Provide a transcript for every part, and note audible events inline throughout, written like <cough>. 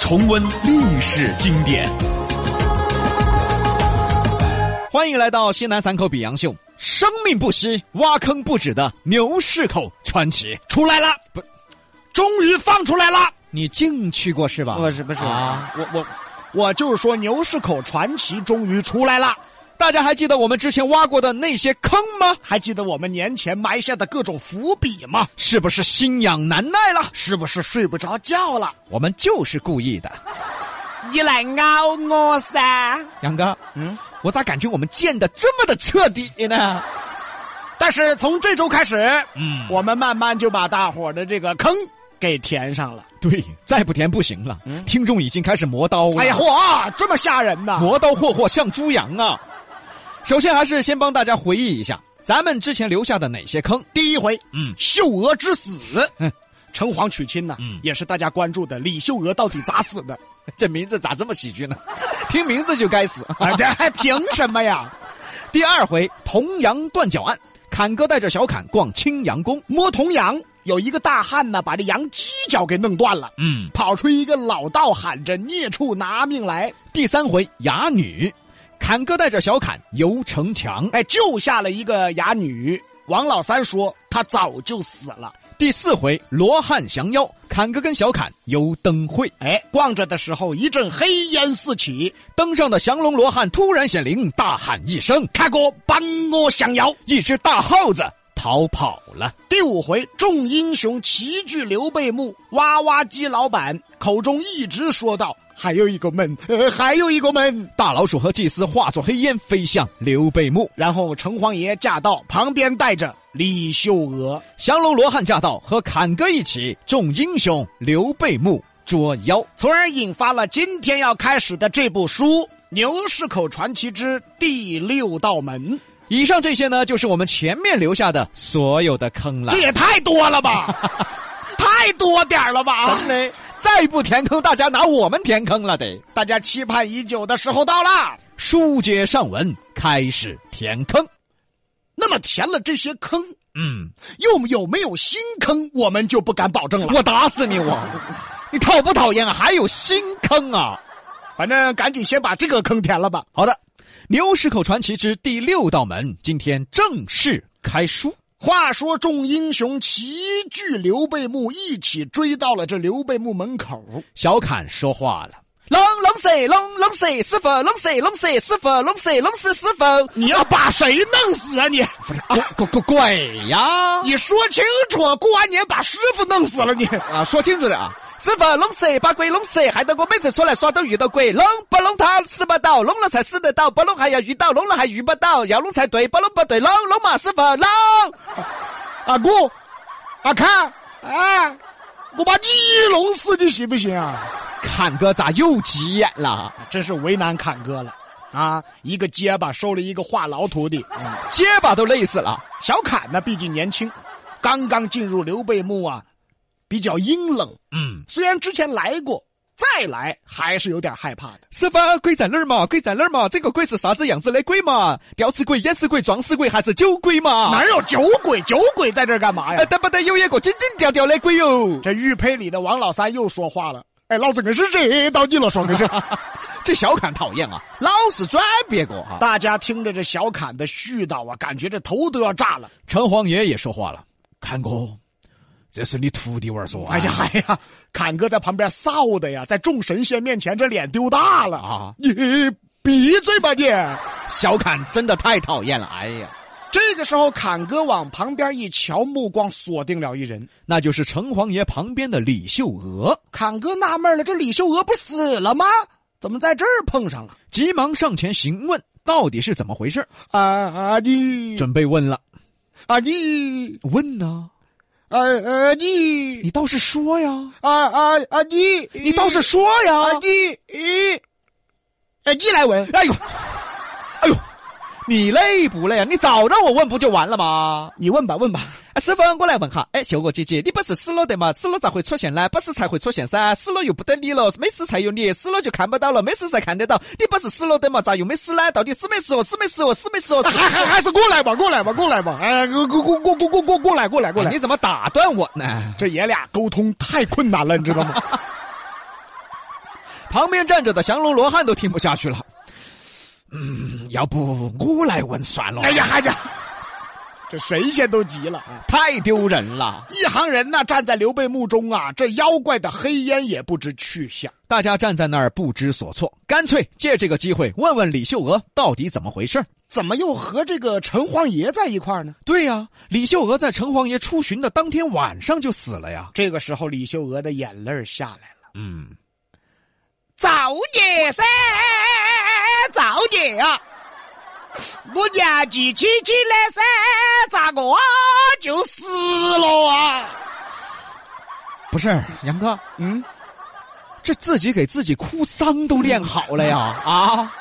重温历史经典。欢迎来到西南三口比洋秀，生命不息，挖坑不止的牛市口传奇出来了，不，终于放出来了。你进去过是吧？不是不是啊！我我我就是说牛市口传奇终于出来了。大家还记得我们之前挖过的那些坑吗？还记得我们年前埋下的各种伏笔吗？是不是心痒难耐了？是不是睡不着觉了？我们就是故意的，你来咬我噻！杨哥，嗯，我咋感觉我们建的这么的彻底呢？但是从这周开始，嗯，我们慢慢就把大伙儿的这个坑给填上了。对，再不填不行了，听众已经开始磨刀了。嗯哎呀，嚯，这么吓人呐！磨刀霍霍向猪羊啊！首先还是先帮大家回忆一下咱们之前留下的哪些坑。第一回，嗯秀娥之死嗯，城隍娶亲呢嗯，也是大家关注的。李秀娥到底咋死的？这名字咋这么喜剧呢？ <laughs> 听名字就该 <laughs> 死。啊，这还凭什么呀？第二回童羊断脚案，侃哥带着小侃逛青羊宫。 <laughs> 摸铜羊，有一个大汉呢，把这羊犄角给弄断了。嗯，跑出一个老道，喊着“孽畜拿命来第三回哑女，侃哥带着小侃游城墙”！。哎，救下了一个哑女。王老三说他早就死了。第四回罗汉降妖，侃哥跟小侃游灯会，哎，逛着的时候一阵黑烟四起，登上的降龙罗汉突然显灵，大喊一声，开哥帮我降妖。一只大耗子逃跑了。第五回众英雄齐聚刘备墓，哇哇鸡老板口中一直说道：“还有一个门，呃，还有一个门。”大老鼠和祭司化作黑烟飞向刘备墓，然后城隍爷驾到，旁边带着李秀娥。降龙罗汉驾到，和侃哥一起众英雄刘备墓捉妖。从而引发了今天要开始的这部书《牛市口传奇之第六道门》。以上这些呢，就是我们前面留下的所有的坑了这。也太多了 <laughs> 吧，太多点儿了吧！真的，再不填坑，大家拿我们填坑了得。大家期盼已久的时候到了。书接上文，开始填坑。那么填了这些坑，嗯，又有没有新坑，我们就不敢保证了。我打死你我！你讨不讨厌啊？还有新坑啊！反正赶紧先把这个坑填了吧。好的，《牛市口传奇之第六道门》今天正式开书。话说众英雄齐聚刘备墓，一起追到了这刘备墓门口。小侃说话了：“龙龙谁？龙龙谁？师傅龙谁？龙谁？师傅龙谁？龙是师傅？你要把谁弄死啊你？鬼鬼鬼呀！ <laughs> 你说清楚，过完年把师傅弄死了你。 <laughs> 啊，说清楚点啊！师傅弄谁？把鬼弄谁？害得我每次出来耍都遇到鬼。弄不弄他死不到，弄了才死得到，不弄还要遇到，弄了还遇不到，要弄才对，不弄不对，弄弄嘛，师傅弄。阿姑，阿看，哎，我把你弄死，你信不信啊？侃哥咋又急眼了？真是为难侃哥了啊！一个结巴收了一个话痨徒弟，嗯结巴都累死了。小侃呢，毕竟年轻，刚刚进入刘备墓啊，比较阴冷。嗯，虽然之前来过，再来还是有点害怕的。师傅，鬼在哪儿嘛？鬼在哪儿嘛？这个鬼是啥子样子的鬼嘛？吊死鬼、淹死鬼、撞死鬼还是酒鬼嘛？哪有酒鬼？酒鬼在这儿干嘛呀哎，？对不对？有一个斤斤吊吊的鬼哟！这玉佩里的王老三又说话了。哎，老子可是惹到你了，说的是。这小侃讨厌啊，老是转别个啊哈。大家听着这小侃的絮叨啊，感觉这头都要炸了。城隍爷也说话了，侃哥，这是你徒弟玩说、啊哎呀，哎呀，侃哥在旁边臊的呀，在众神仙面前这脸丢大了啊！你闭嘴吧你！小侃真的太讨厌了，哎呀，这个时候，侃哥往旁边一瞧，目光锁定了一人。那就是城隍爷旁边的李秀娥，侃哥纳闷了，这李秀娥不死了吗？怎么在这儿碰上了？急忙上前询问到底是怎么回事儿，啊啊你准备问了，啊你问呐、呃呃，你你倒是说呀，哎啊啊啊你，你倒是说呀！啊你，咦，呃你来问，哎呦，哎呦，你累不累啊？你早让我问不就完了吗？你问吧问吧，哎，师傅，我来问哈，哎，小我姐姐，你不是死了的嘛？死了咋会出现呢？不死才会出现噻，死了又不得你了，没死才有你，死了就看不到了，没死才看得到。你不是死了的嘛？咋又没死呢？到底死没死哦？死没死哦？死没死哦？死还没死还哦还是我来吧，我来吧，我来吧，哎，我我我我我我我来，我来，我来哎哎你。怎哎么打断我呢？这爷俩沟通太困难了，你知道吗？旁边站着的降龙罗汉都听不下去了。嗯，要不我来问算了。哎呀，，还家，这神仙都急了啊！太丢人了！一行人呢站在刘备墓中啊，这妖怪的黑烟也不知去向。大家站在那儿不知所措，干脆借这个机会问问李秀娥到底怎么回事儿怎么又和这个城隍爷在一块儿呢？对呀、李秀娥在城隍爷出巡的当天晚上就死了呀。这个时候，李秀娥的眼泪儿下来了。嗯，赵姐噻，赵姐啊，我年纪轻轻的噻，咋个啊就死了啊？不是，杨哥，嗯，这自己给自己哭丧都练好了呀啊！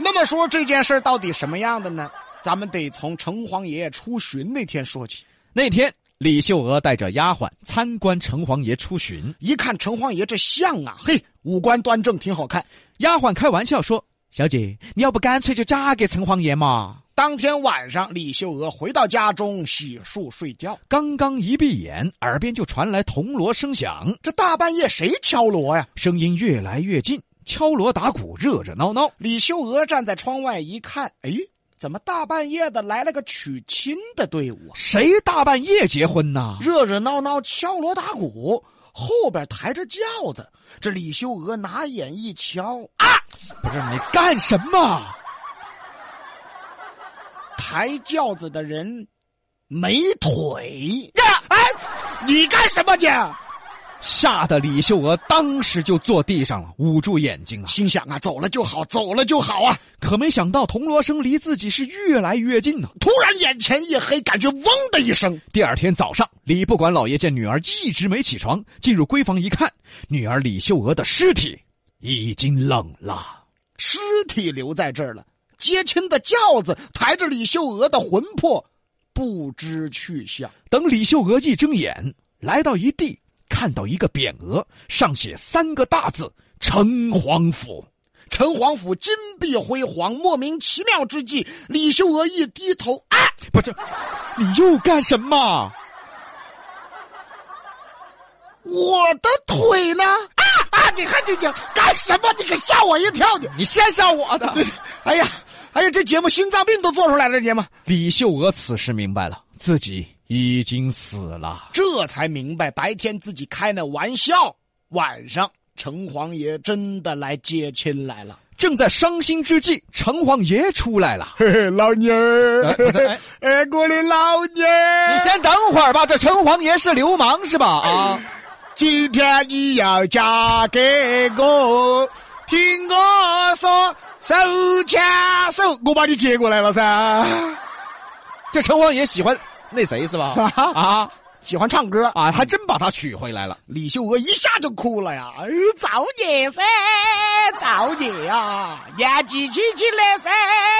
那么说这件事儿到底什么样的呢？咱们得从城隍爷爷出巡那天说起。那天，李秀娥带着丫鬟参观城隍爷出巡，一看城隍爷这像啊，嘿，五官端正，挺好看。丫鬟开玩笑说：“小姐，你要不干脆就嫁给城隍爷嘛当天晚上，李秀娥回到家中洗漱睡觉，？”刚刚一闭眼，耳边就传来铜锣声响，这大半夜谁敲锣呀？声音越来越近，敲锣打鼓，热热闹闹。李秀娥站在窗外一看，哎，怎么大半夜的来了个娶亲的队伍啊？谁大半夜结婚呐？热热闹闹敲锣打鼓，后边抬着轿子。这李秀娥拿眼一瞧，啊不是你干什么？抬轿子的人没腿呀！哎，你干什么去？吓得李秀娥当时就坐地上了，捂住眼睛啊！心想啊，走了就好，走了就好啊！可没想到铜锣声离自己是越来越近呢、突然眼前一黑，感觉嗡的一声，第二天早上，李不管老爷见女儿一直没起床，进入闺房一看，女儿李秀娥的尸体已经冷了。尸体留在这儿了。接亲的轿子抬着李秀娥的魂魄，不知去向。等李秀娥一睁眼，来到一地，看到一个匾额，上写三个大字“城隍府城隍府金碧辉煌，莫名其妙之际，李秀娥一低头，啊，”。不是，你又干什么？我的腿呢？啊啊！你看你你干什么？你可吓我一跳！你，你先吓我的！哎呀，哎呀，这节目心脏病都做出来了，这节目李秀娥此时明白了，自己已经死了。这才明白，白天自己开那玩笑，晚上城隍爷真的来接亲来了。正在伤心之际，城隍爷出来了。嘿嘿，老妞儿哎不是哎， <laughs> 哎，我的老妞儿，你先等会儿吧，这城隍爷是流氓是吧？啊，今天你要嫁给我，听我说，手牵手，我把你接过来了噻。这城隍爷喜欢那谁是吧？啊喜欢唱歌，啊，还真把他娶回来了。李秀娥一下就哭了呀！哎，赵姐噻，啊赵姐呀，年纪轻轻的噻，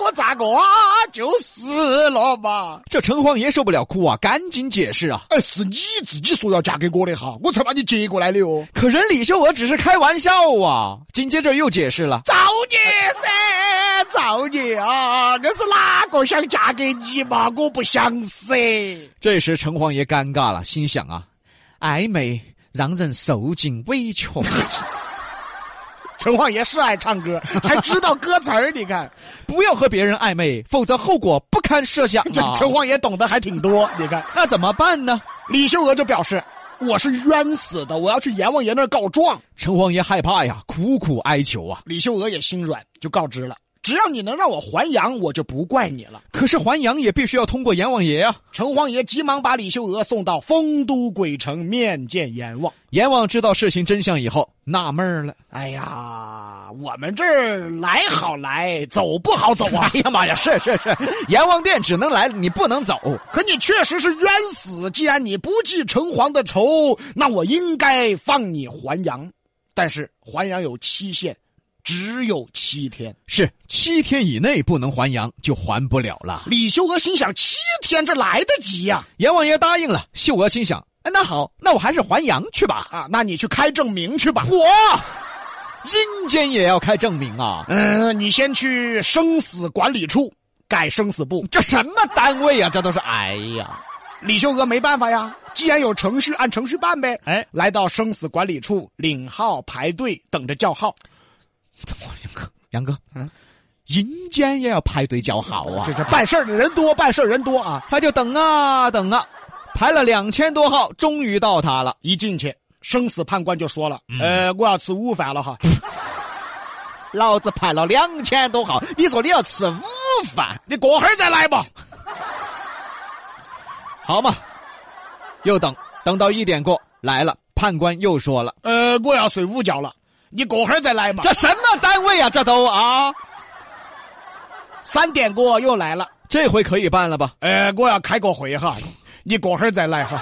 我咋个啊就死了嘛？这城隍爷受不了哭啊，赶紧解释啊。哎，是你自己说要嫁给我的哈，我才把你接过来的哦。可人李秀娥只是开玩笑啊，紧接着又解释了。赵姐噻，赵姐啊，那是哪个想嫁给你嘛？我不想死。这时城隍爷尴尬了，心想啊，暧昧让人受尽委屈。城隍爷是爱唱歌，还知道歌词儿，你看，不要和别人暧昧，否则后果不堪设想 <laughs> 这啊！城隍爷懂得还挺多。你看，那怎么办呢？李秀娥就表示。我是冤死的，我要去阎王爷那儿告状。城隍爷害怕呀，苦苦哀求啊。李秀娥也心软，就告知了只要你能让我还阳，我就不怪你了。可是还阳也必须要通过阎王爷啊！城隍爷急忙把李修娥送到丰都鬼城面见阎王。阎王知道事情真相以后，纳闷儿了。 <laughs> 哎呀，我们这儿来好来，走不好走啊！ <laughs> 哎呀妈呀，是是是，阎王殿只能来，你不能走。可你确实是冤死，既然你不记城隍的仇，那我应该放你还阳。但是还阳有期限，只有七天。是七天以内不能还阳，就还不了了。李修娥心想：七天这来得及呀、阎王爷答应了，秀娥心想：哎，那好，那我还是还阳去吧。啊！那你去开证明去吧。我阴间也要开证明啊！嗯，你先去生死管理处改生死簿。这什么单位啊？这都是哎呀！李秀娥没办法呀，既然有程序，按程序办呗。哎来到生死管理处领号排队，等着叫号。我杨哥，杨哥，阴间也要排队叫好啊这！这办事儿的人多，办事儿人多啊！他就等啊等啊，排了两千多号，终于到他了。一进去，生死判官就说了：“嗯呃，我要吃午饭了哈。老子排了两千多号，你说你要吃午饭，你过会儿再来吧。好嘛？又等，等到一点过来了，判官又说了呃，我要睡午觉了，你过会儿再来：“嘛。这什么单位啊？这都啊！”三点过又来了，这回可以办了吧？呃，我要开个会哈，你过会儿再来哈。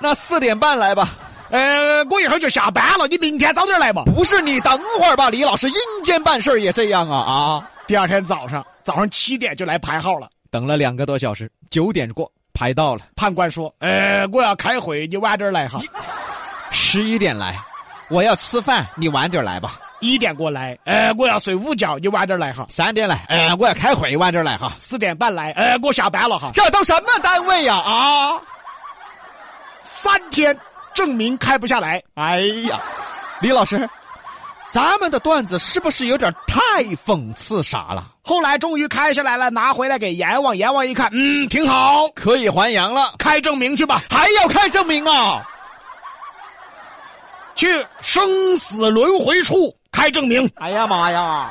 那四点半来吧。呃，我一会儿就下班了，你明天早点来嘛。不是你等会儿吧，李老师，阴间办事儿也这样啊啊！第二天早上，早上七点就来排号了。等了两个多小时，九点过排到了，判官说：“呃，我要开会，你晚点来哈。十一点来，我要吃饭，你晚点来吧。一点过来，呃，我要睡午觉，你晚点来哈。三点来，呃，我要开会，晚点来哈。四点半来，呃，我下班了哈。这都什么单位呀啊！三天证明开不下来，哎呀，李老师，咱们的段子是不是有点太讽刺傻了？后来终于开下来了，拿回来给阎王，阎王一看，嗯，挺好，可以还阳了，开证明去吧，还要开证明啊？去生死轮回处开证明。哎呀妈呀，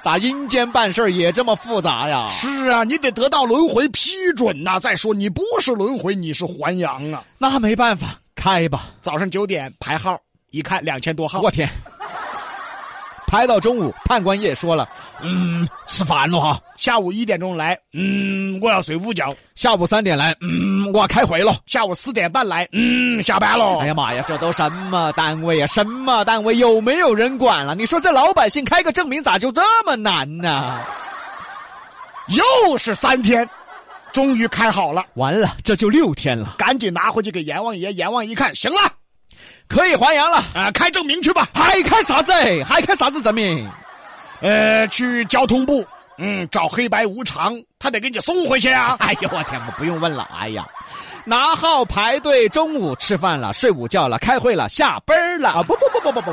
咋阴间办事儿也这么复杂呀？是啊，你得得到轮回批准呐、再说你不是轮回，你是还阳啊。那没办法，开吧。早上九点排号，一看两千多号，我天！排到中午，判官也说了，嗯，吃饭了哈。下午一点钟来，嗯，我要睡午觉。下午三点来，嗯，我要开会了。下午四点半来，嗯，下班喽。哎呀妈呀，这都什么单位呀、什么单位？有没有人管了？你说这老百姓开个证明咋就这么难呢？又是三天，终于开好了，完了，这就六天了，赶紧拿回去给阎王爷。阎王一看，行了，可以还阳了。啊、开证明去吧。还开啥子？还开啥子证明？呃，去交通部，嗯，找黑白无常，他得给你送回去啊。哎呦我天，我不用问了。哎呀，拿号排队，中午吃饭了，睡午觉了，开会了，下班儿了啊，不不不不不不，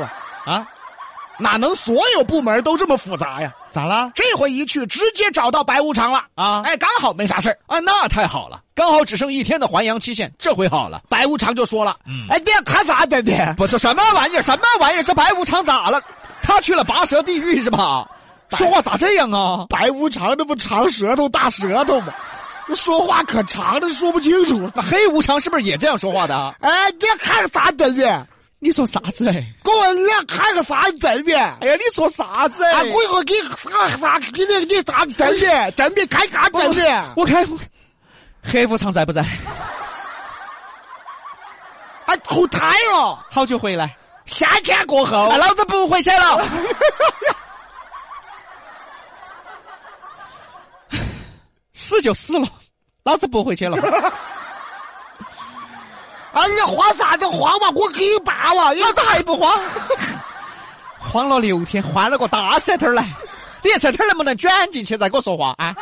啊？哪能所有部门都这么复杂呀？咋啦？这回一去，直接找到白无常了啊哎，刚好没啥事儿。啊，那太好了，刚好只剩一天的还阳期限，这回好了。白无常就说了：“哎，你要看啥的的？不是什么玩意儿，什么玩意儿？这白无常咋了？他去了拔舌地狱是吧？说话咋这样啊？白无常那不长舌头大舌头吗？那说话可长的说不清楚。那黑无常是不是也这样说话的啊？哎，你要看啥的的？你说啥子？哎给我你要看个啥的的？哎，呀，你说啥子？我一会儿给你看啥给你给你啥的的？咱们看啥的的？我看黑无常在不在？哎，投胎了，哎好久回来？三天过后啊，老子不回去了。 <laughs> 死就死了，老子不回去了。啊，你慌啥子慌嘛？哎我给你办了，老子还不慌， <laughs> 慌了六天，换了个大舌头来。你这舌头能不能卷进去再给我说话啊？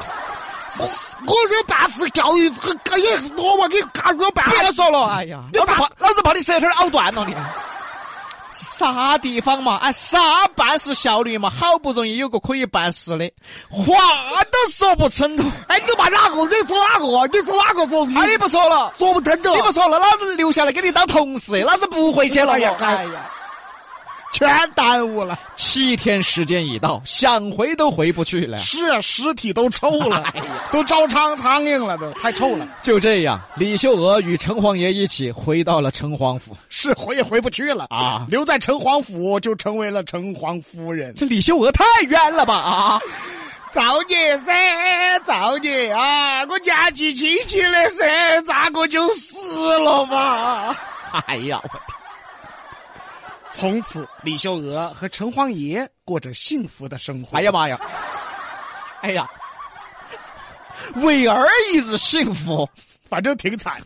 我这办事教育，我也是我我给干我办别说了，哎呀，你老子把怕老子把你舌头咬断了你。啥地方嘛？俺啥办事效率嘛？好不容易有个可以办事的，话都说不成头。哎，你把哪个？你说哪个？你说哪个说？哎，你不说了，说不听的。啊你不说了，老子留下来给你当同事，老子不回去了。哎哎呀哎呀，哎全耽误了。七天时间已到，想回都回不去了。 <laughs> 是啊尸体都臭了，都招苍苍蝇了，都太臭了，就这样，李秀娥与城隍爷一起回到了城隍府。是回也回不去了啊留在城隍府就成为了城隍夫人。这李秀娥太冤了吧啊！造孽噻，造孽啊！我家起亲戚了噻，咋个就死了嘛？哎呀，我天！从此，李秀娥和城隍爷过着幸福的生活。哎呀，妈呀！哎呀，为儿一日幸福。反正挺惨。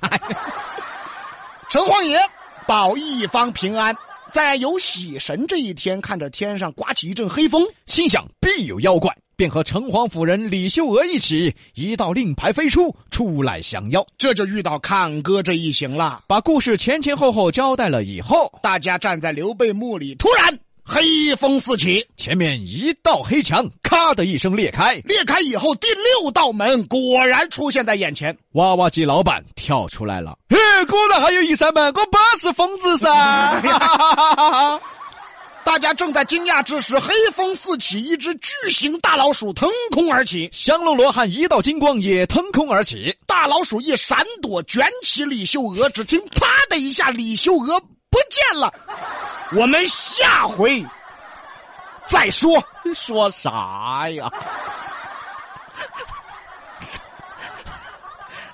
城隍爷保一方平安，在有喜神这一天，看着天上刮起一阵黑风，心想必有妖怪，便和城隍府人李秀娥一起，一道令牌飞出，出来降妖。这就遇到看哥这一行了。把故事前前后后交代了以后，大家站在刘备墓里，突然黑风四起，前面一道黑墙咔的一声裂开，裂开以后，第六道门果然出现在眼前。娃娃机老板跳出来了。嘿，果然还有一扇门，我不是疯子噻！ <laughs> 大家正在惊讶之时，黑风四起，一只巨型大老鼠腾空而起，降龙罗汉一道金光也腾空而起，大老鼠一闪躲，卷起李秀娥，只听“啪”的一下，李秀娥不见了。我们下回再说。说啥呀？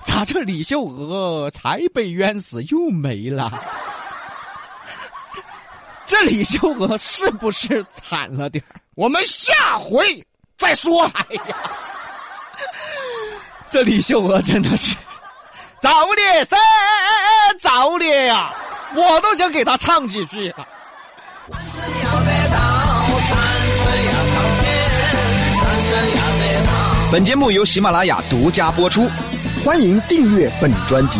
咋这李秀娥才被冤死又没 <laughs> 了？这李秀娥是不是惨了点儿我们下回再说。哎呀，这李秀娥真的是造孽噻，造孽呀！我都想给她唱几句。本节目由喜马拉雅独家播出。欢迎订阅本专辑。